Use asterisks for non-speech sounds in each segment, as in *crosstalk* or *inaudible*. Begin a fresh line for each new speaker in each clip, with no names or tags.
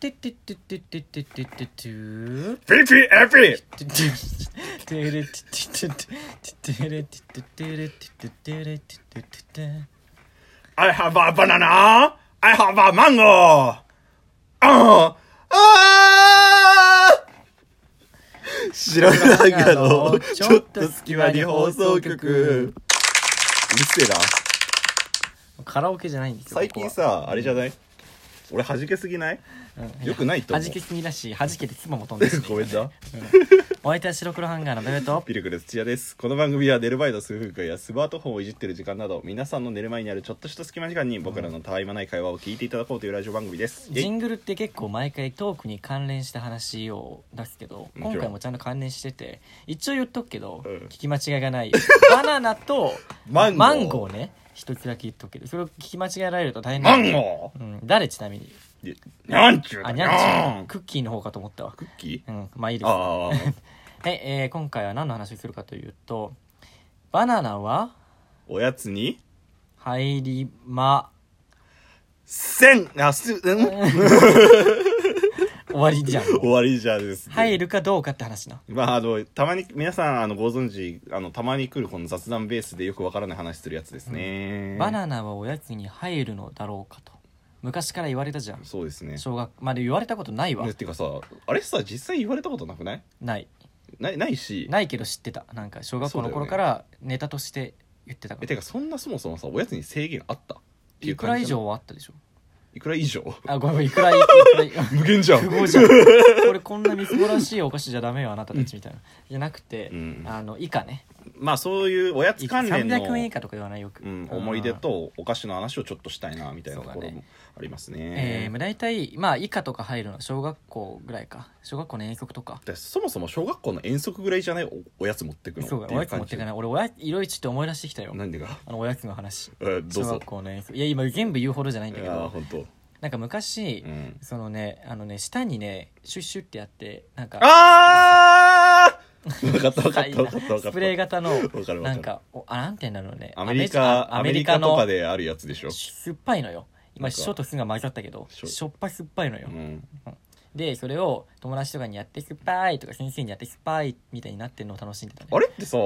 てってってってってってってってってー
ピーピーエピー
てってってれってってってってれってってれってってれってってって。
!I have a banana! I have a mango! あああー白髪がのちょっと隙間に放送局うるせえな
カラオケじゃないんですよ。
最近さあれじゃない俺弾けすぎ *laughs* ないよくないと
は
思
じ
う。
けすぎだし、はじけて妻も飛んでる
ごめんな
お相手は白黒ハンガーのベベと。
ピルクです土屋ですこの番組は寝る前の数分間やスマートフォンをいじってる時間など皆さんの寝る前にあるちょっとした隙間時間に僕らのたわいまない会話を聞いていただこうというラジオ番組ですイェイ
ジングルって結構毎回トークに関連した話を出すけど
もちろん
今回もちゃんと関連してて一応言っとくけど、
うん
聞き間違いがない *laughs* バナナと
マンゴー
ね一つだけ言っとくけどそれを聞き間違えられると大変
マ
なん
ン
で
ゴ
うん、誰ちなみに
ーいやにゃんちゅうだ
あ
よ
にゃんちゅうクッキーの方かと思ったわ
クッキ
うんまあいいで
ー
すは
ああ
い、えー今回は何の話をするかというとバナナは
おやつに
入りま
せんあす
*laughs*
うん
終わりじゃ
*laughs*
んもう
終わりじゃですね
入るかどうかって話な
まああのたまに皆さんあのご存知あのたまに来るこの雑談ベースでよくわからない話するやつですね、
バナナはおやつに入るのだろうかと昔から言われたじゃん
そうですね
小学まで言われたことないわ
ねてかさあれさ実際言われたことなくない
ない
ないないし
ないけど知ってたなんか小学校の頃からネタとして言ってたか
え
ら
てかそんなそもそもさおやつに制限あったってい
いうくら
感
以
じじゃん
上はあったでしょ
いくら以上
あごめんいくらいくら
無限じゃん
不合じゃ
*laughs*
んこれこんなみすぼらしいお菓子じゃダメよあなたたちみたいなじゃなくて、
うん
あの以下ね
まあそういうおやつ関連の
300円以下とか言わないよく、
うん、思い出とお菓子の話をちょっとしたいなみたいなとこ
そう
ろ
だ
も
ね
あります
うんえ
ね
ー、まあ大体まあ以下とか入るのは小学校ぐらいか小学校の遠足とか
だってそもそも小学校の遠足ぐらいじゃないおおやつ持ってくの
そう
っ
だ
てい
お
う
やつ持ってか
感
ない俺おやいろいろちょっと思い出してきたよ
じなんでか
あのおやつの話
えーど
小
うぞ
学校の遠足いや今全部言うほどじゃないんだけ
ああ
ど
本当。
なんか昔、
うん
そのねあのね下にねシュッシュってやってなんか
ああ分かった分
臭
かっ
い
た
な
分かった分かった
スプレー型の
かるわかる
なんかおあなんて言うんだろうね
アメリカアメリカとか
の
であるやつでしょ
酸っぱいのよ
な
今
んか
ショと酢が混ざったけど
しょ
しょっぱ酸っぱいのよ、
うん
でそれを友達とかにやって酸っぱいとか先生にやって酸っぱいみたいになってるのを楽しんでたね
あれってさ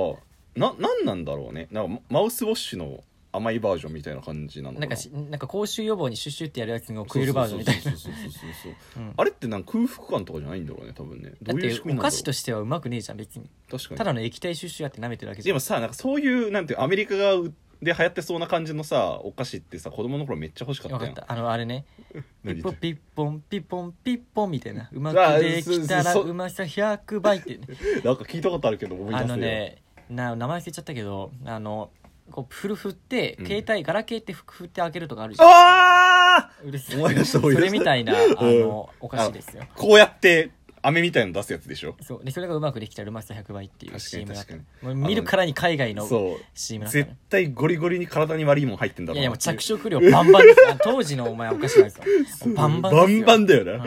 ななんなんだろうねなんかママウスウォッシュの甘いバージョンみたいな感じなのかな
なんかしなんか口臭予防にシュッシュってやるやつのクールバージョンみたいな
そうそうそうそうそうそう
うん
あれってなんか空腹感とかじゃないんだろうね多分ね
だ
ど
っ
ういう
て
仕組
お
みなんだ
菓
ろ
子
う
としてはうまくねえじゃん別に
確かに
ただの液体シュッシュやって舐めてるだけじ
で
ゃん
もさなんかそういうなんていうアメリカがで流行ってそうな感じのさお菓子ってさ子供の頃めっちゃ欲しかった
分
やん
かったあのあれねピ
何
ッポピッポンピッポンピッポンみたいなうま
あ
くできたら
そうそう
うまさ100倍って、ね、
なんか聞いたことあるけど思い出
あ
せ
のねな名前忘れちゃったけどあのこうふる振って
うん
携帯、ガラケーってふ振って開けるとかあるじゃん
ああ
うるせえ
思い出し
そ
た思い出した
れみたいなあの、お菓子ですよ
こうやって飴みたいの出すやつでしょ
そうでそれがうまくできたらうまさ100倍っていう
確かに
CM だった
確
もう見るからに海外の
そ
CM
う
だった
絶
ね
対ゴリゴリに体に悪いもん入ってんだ
いや
ろ
い
う
や
な
もう
っていう
着色料バンバンですよあ当時のお前おかしい
*laughs*
ですよバンバンです
バ
よ
ンバンだよな、
うん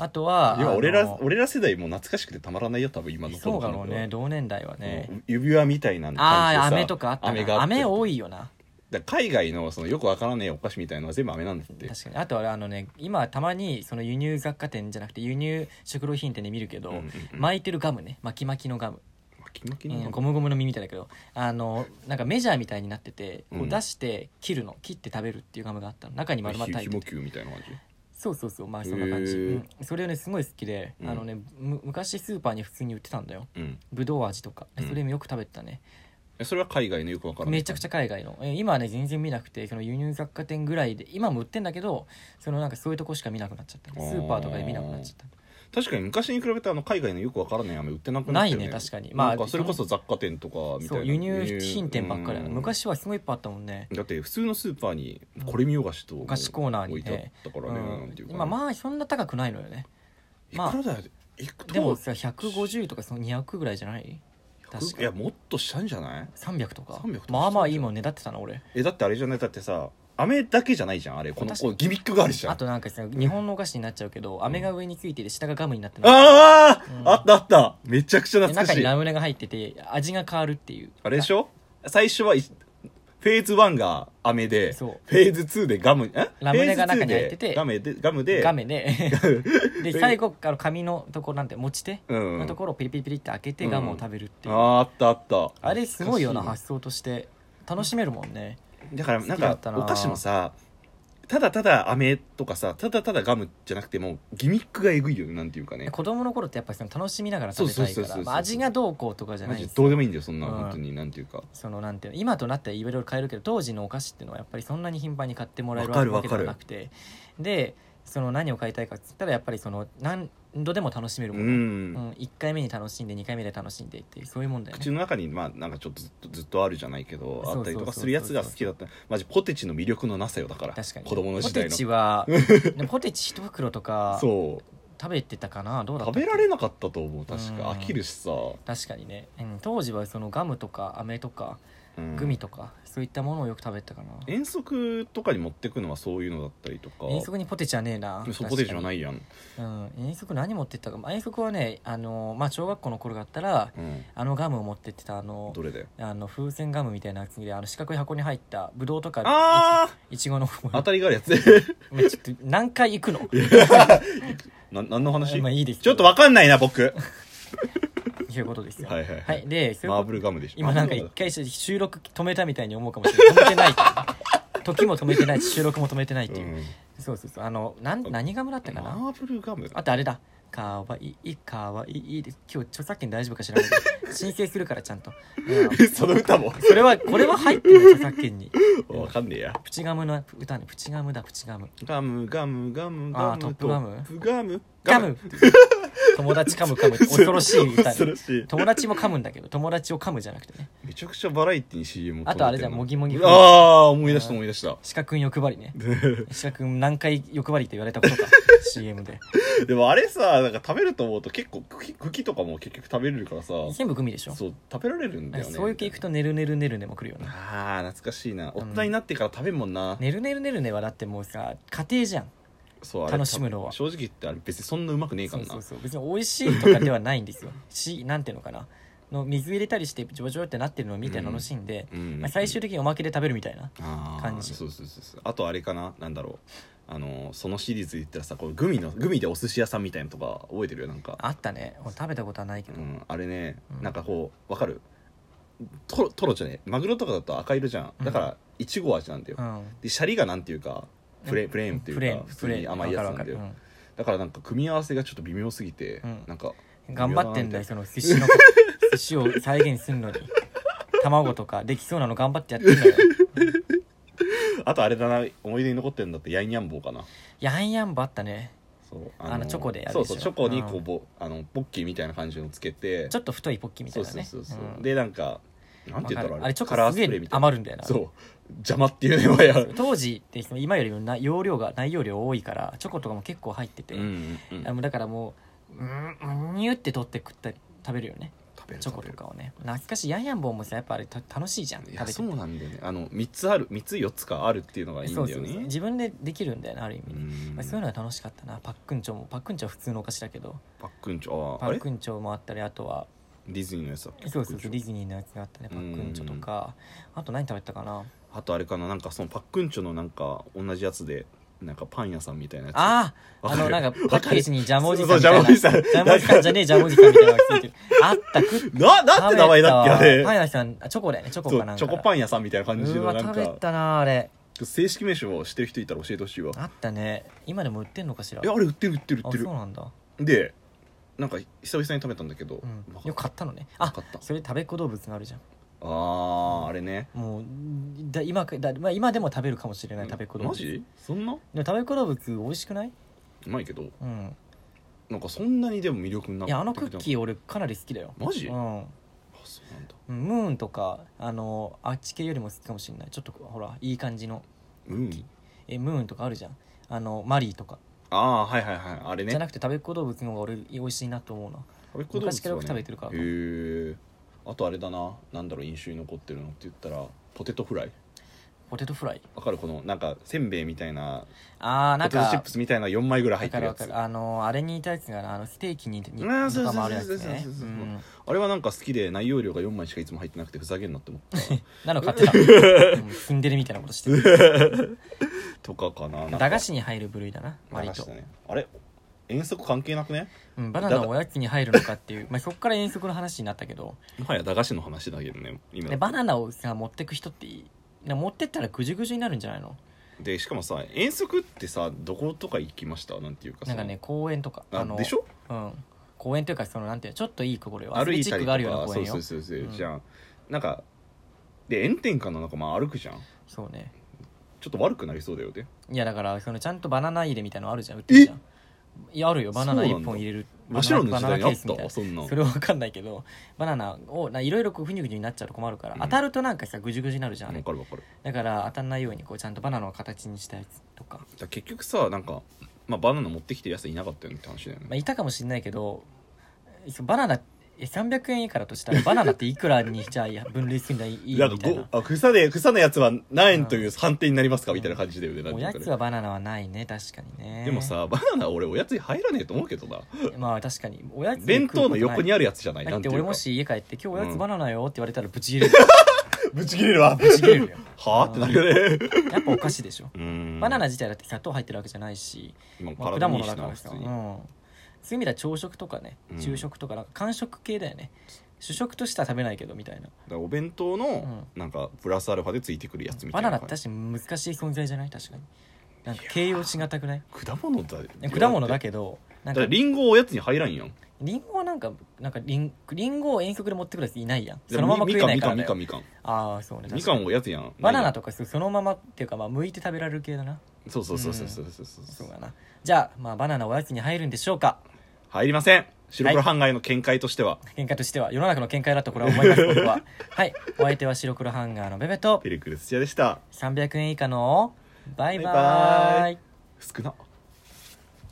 あとは
*laughs* 今俺
あ
ら
の
俺ら世代もう懐かしくてたまらないよ多分今の子
そうだろ
の
うね同年代はね、
うん指輪みたいな
ああ
感じでさ
飴とかあった
飴があって
な飴多いよな
だから海外のそのよくわからねえお菓子みたいのは全部飴なんだって
確かにあとはあのね今たまにその輸入雑貨店じゃなくて輸入食料品店で見るけど、
うんうんうん
巻いてるガムね巻き巻きのガム、
巻き巻き
う
に
んゴムゴムの実みたいだけどあのなんかメジャーみたいになっててこ
う
うん出して切るの切って食べるっていうガムがあったの中に丸まった入
ひ
っ
ひも
てて
球みたいな感じ
そうそうそうまあそんな感じ、
へー
うんそれをねすごい好きで、
うん
あのねむ昔スーパーに普通に売ってたんだよ
うん
ぶどう味とか
うん
それもよく食べてたね、
えそれは海外のよくわからない
めちゃくちゃ海外のえ今はね全然見なくてその輸入雑貨店ぐらいで今も売ってんだけどそのなんかそういうとこしか見なくなっちゃった
あー
スーパーとかで見なくなっちゃっ
確かに昔に比べてあの海外のよくわからない飴売ってなくなって
ないね確かにまあ
まあそれこそ雑貨店とか
た
みたい
そ
な
う輸入品店ばっかりだな
うん
昔はすごいいっぱいあったもんね
だって普通のスーパーにこれ見よがしと
お菓子コーナーに
置
ね
いてあったからねなんていううんか
今まあそんな高くないのよね
い
まあ
くらだよいく
でもさ150とかその200ぐらいじゃない確か
いやもっとしたんじゃない
300とか
300とか
まあまあいいもんねだってたな俺
えだってあれじゃないだってさ飴だけじゃないじゃんあれこの
確かに
こうギミックがあるじゃん
あとなんかさ日本のお菓子になっちゃうけど飴が上についてて下がガムになってる
あー、
うん
あったあっためちゃくちゃ
で
懐
中
かし
に
い
ラ
あ
ムネが入ってて味が変わるっていう
れでしょ最初はいフェーズ1が飴で、フ
そう
ェーズ2でガム、ん
ラムネが中に入ってて
フェーズ2でガムで、ガムで、
画面
*laughs*
でで
え
最後あの紙のところなんて持ち手
うん
のところをピリピリピリって開けて
うん
ガムを食べるって
あ
いう、
ーあったあった。
あれすごいような
懐かし
発想として楽しめるもんね
いだから
好
なん
きだった
か
な
お菓子もさ、ただただ飴とかさ、ただただガムじゃなくても、ギミックがえぐいよね、なんていうかね。
子供の頃ってやっぱりその楽しみながら食べたい
そうそう
から
そうそう
まあ味がどうこうとかじゃ
マ
ないん
ジ
です
ど
よ
うでもいいんだよ、そんな、
うん
本当に、なんていうか。
そのなんていうの今となっていろいろ買えるけど当時のお菓子っていうのはやっぱりそんなに頻繁に買ってもらえる
わかる
わけで
わか
は
る
なくてでその何を買いたいかっつったらやっぱりその何度でも楽しめる
う
もの、うん
ん。
1回目に楽しんで2回目で楽しんでっていうそういうもんだよね
口の中に、まあ、なんかちょっとずっとずっとあるじゃないけど、あっ
そ
たりとか
うそうそうそう
するやつが好きだった。マジポテチの魅力のなさよ、だから。
確かに
子供の時代
ポテ
の
チ。
*laughs*
はでもポテチ一袋とか
そう。
食べてたかなどうだった
食べられなかったと思う確か
うん
飽きるしさ、
確かにね、うん、当時はそのガムとか飴とか
うん
グミとか、そういったものをよく食べてたかな
遠足とかに持ってくのはそういうのだったりとか
遠足にポテチはねえな、
そうポテチはないいやん、
うん、遠足何持ってったか、まあ、遠足はねあの、まあ、小学校の頃だったら
うん、
あのガムを持ってってたあの
どれで
あの風船ガムみたいなやつであの四角い箱に入ったブドウとか
ああ
いちごの *laughs*
当たりがあるやつ *laughs*
お前ちょっと何回行くの
な何の話、
まあいいですけ
ちょ
ど
っとわかんないな僕
ということですよ
はいはい
は
はい
い、でそういう
マ
こ
ーブルガムでしょ
今なんか一
マーブル
回収録止めたみたいに思うかもしれない止めてない時も止めてないし
*laughs*
収録も止めてないって
ガ
いう、
ムだ
そうそうそうあのなん何ガムだったか
うん
な
マーブルガム *laughs*
あとあれだかわいいかわいい今日著作権大丈夫か知らないけ
*laughs*
ど申請するからちゃんとうん
えその歌も
それはこれは入ってる著作権に
わかんねえや
プチガムの歌ねプチガムだプチガム
ガムガムガムガム
あートップガム
トップガム
ガム友達噛む噛むって恐ろしい歌
恐
ね
ろしい
友達も噛むんだけど友達を噛むじゃなくてね
めちゃくちゃバラエティに CM を
あとあれじゃん
取
も
られ
ぎもぎ
てんなああー思い出した思い出した
鹿くん欲張りね鹿くん何回欲張りって言われたこと
*laughs*
か CM で
でもあれさなんか食べると思うと結構茎茎とかも結局食べれるからさ
全部グミでしょ
そう食べられるんだよね
そういう系いくと「ねるねるねるね」も来るよな
ああ懐かしいな大人になってから食べんもんな、
「ねるねるねるね」はだってもうさ家庭じゃん
そうあれ
楽しむのは
正直言ってあれ別にそんなうまくねえか
そ
ら
う
な
そうそう別に美味しいとかではないんですよ *laughs* しなんていうのかなの水入れたりしてジョジョってなってるのを見て楽しんで、
うん
まあ、最終的におまけで食べるみたいな、
感
感じ
そうそうそうそうあとあれかななんだろうあのーそのシリーズで言ったらさこうグミのグミでお寿司屋さんみたいなのとか覚えてるよなんか
あったね俺食べたことはないけ
う
ど、
ん、あれね、
うん
なんかこうわかるトロトロじゃねえマグロとかだと赤色じゃんだからいちご味なんだよ、
うん
でシャリがなんていうかプレプレーンっていう
プレー
か
ン
普
プ
通
レ
に
ーン
甘いやつ
わ
な
か
ん
る
だよ
わかる
だからなんか組み合わせがちょっと微妙すぎて、
うん
なんか
うん頑張ってんだよその寿司の
*laughs*
寿司を再現するのに卵とかできそうなの頑張ってやってんだよ
あとあれだな思い出に残ってるんだってヤンヤン棒かな
ヤンヤンバあったね
そう
あのチョコでやるで
そう
しょ
そうチョコにこ
う
うんぼ、あのポッキーみたいな感じのつけて
ちょっと太いポッキーみた
そ
いうな
そう
ね
そうそう、
うん
でなんかなんて言っ
わ
たら
かるあれチョコすげえ余るんだよな
そう邪魔っていうねもやう
当時ってその今よりもな容量が内容量多いからチョコとかも結構入ってて、
んうんうん
あのだからもううんニュって取って食ったり食べるよね
食べる
チョコ
食べ
と
る
かをね懐かしいヤンヤンボンもさやっぱあれた楽しいじゃん食
い
べ
や
てて
そうなんだよねあの3つある3つ4つかあるっていうのがいいんだよね
そうそうそう自分でできるんだよねある意味ね、
うん
まあ、そういうのは楽しかったなパックンチョもパックンチョは普通のお菓子だけど
パックンチョあ
パ
あ
ッ
れ
クンチョもあったりあとは
ディズニーのやつだっけ
そうそうそ
パック
う
ン
デ
チョ
ィズニーのやつがあったねパックンチョとかあと何食べたかな
あとあれかななんかそのパックンチョのなんか同じやつでなんかパン屋さんみたいなやつ
ああ
わ
あ
かる
のなんかパッケージにジャムおじさん
そう
みたいな
そうジャムおじさん
ジャムおじさんじゃねえジャムおじさんみたいなのがついてるあった食っ
*laughs* な、なんて名前だっけあ
パン
れ。
屋さんあチョコだよねチョコ
そ
かな
うんチ
か
ョコパン屋さんみたいな感じ
う
の
わ
なん
食べ
か
たなあれ
正式名称を知ってる人いたら教えてほしいわ
あったね今でも売ってんのかしら
えあれ売ってる売ってる売
あ
ってる
そうなんだ、
でなんか久々に食べたんだけど、う
うん
ま、か
よ
っ
く買ったのね
たうま
あ
かった
それ食べっ子動物があるじゃん
あーあれね
もうだ今かだ、まあ、今でも食べるかもしれない食べっ子動物
マジそんなう
でも食べっ子動物美味しくない
まいけど
うん
なんかそんなにでも魅力になっ
いやあのクッキ
ー
ー俺かなり好きだよ
マジ、
う
あ
ん
そうなんだ
ムーンとかあのあっち系よりも好きかもしれないちょっとほらいい感じの
うん
えムーンとかあるじゃんあのマリーとか、
ああーはいはいはいあれ
じゃ
ね
なくて食べっ子動物の方が俺美味しいなと思うな
食べっ子動物はね
昔からよく食べてるから
へえあとあれだななんだろう印象に残ってるのって言ったらポテトフライ
ポテトフライ
わかるこのなんかせんべいみたいな
ああな
ポ
ん
テト
か
チップスみたいな4枚ぐら
わ
い入って
か
る
る
や
わ
つ
かるあのあれに似たやつがなあのステーキに似た
あー
似たもあるやつね
そうそうそうそうそう
うん
あれはなんか好きで内容量が4枚しかいつも入ってなくてふざけんなって
*laughs*
思った
なの買ってたうんツンデレみたいなことしてる
とかかななんか
駄菓子に入る部類だな割
流し
と
た、ねあれ遠足関係なくね
うん、バナナおやつに入るのかっていう、まあ、そこから遠足の話になったけど
もはや駄菓子の話だけどね今
でバナナをさ持ってく人っていいな持ってったらぐじゅぐじゅになるんじゃないの
でしかもさ遠足ってさどことか行きましたなんていうか
な
さ
んかね公園とか
あ
の
でしょ
うん公園というかそのなんていうのちょっといいところよアス
歩
レ
い
チ
た
ック
り
がある
と
ような公
かそ
園
う
よ
そうそうそう、
うん
じゃんなんかで炎天下の中まあ歩くじゃん
そうね
ちょっと悪くなりそうだよね
いやだからそのちゃんとバナナ入れみたいのあるじゃん売ってるじゃんいやあるよバナナ
そうなん
1
だ
本入れる
真っ白の時代にあっ
バナナケースみ
た
い
わ
な
そんなん
それは分かんないけどバナナをないろいろこうふにゅふにゅになっちゃうと困るから、
うん
当たるとなんかさぐじゅぐじゅになるじゃんあ
わ
れ
かるわかる
だから当たんないようにこうちゃんとバナナの形にしたやつとか、
だから結局さなんか、まあ、バナナ持ってきてるやついなかったよねって話だよね、
まあ、いたかもしんないけどえバナナえ300円以下だとしたらバナナっていくらにじゃあいや分類するんだいいいみた
ないんか
な
ごあ草で草のやつは何円という判定になりますかみたいな感じだよね、なん
お
ていう
や
かね
つはバナナはないね確かにね
でもさバナナ俺おやつに入らねえと思うけど
*laughs*
な
まあ確かにおやつ
弁当の横に
あ
あるやつじゃない
だ
な
っ
ん
て
ていう
俺
か
もし家帰って「今日おや
う
つ
ん
バナナよ」って言われたらブチ切れる
*laughs* ぶち切れるわ
ぶち切れるよ
*laughs* はあってなるよね
やっぱお菓子でしょ
*laughs* うん
バナナ自体だって砂糖入ってるわけじゃないし、
まあ
まあ、
体
果
にい
物
い
だ
しな
から
普
さ、
通
う
に
ん、そういう意味では朝食とかね
うん
昼食とかなんか間食系だよね主食としては食べないけどみたいな
だからお弁当のなんかプラスアルファでついてくるやつみた
バ
い
ナ
な
ナ
感
って
じ
確かに難しい存在じゃない確かになんか形容しがたくない
果物だよ
果物だ
け
けどな
だ
ん
か
から
リンゴおやつに入らんやん
リンゴはなんかなんかリンリンゴを遠足で持ってくるやついないやんそのまま
み
食えないから
み
だ
か
よ
んみかんみ
ああそうね
かんみ
確
か
かに
んおやつやん
バナナとかそうそのままっていうかまあ剥いて食べられる系だな
そうそうそうそうそうそうそう
そ
そうう
だなじゃあまあバナナおやつに入るんでしょうか
入りません白黒半外の見解としては
見解としては世の中の見解だとこれは思います僕 *laughs* ははいお相手は白黒ハンガーのベベと
ペリクルスチアでした
300円以下のバイバ
バイバ
ー
ー
イ
少な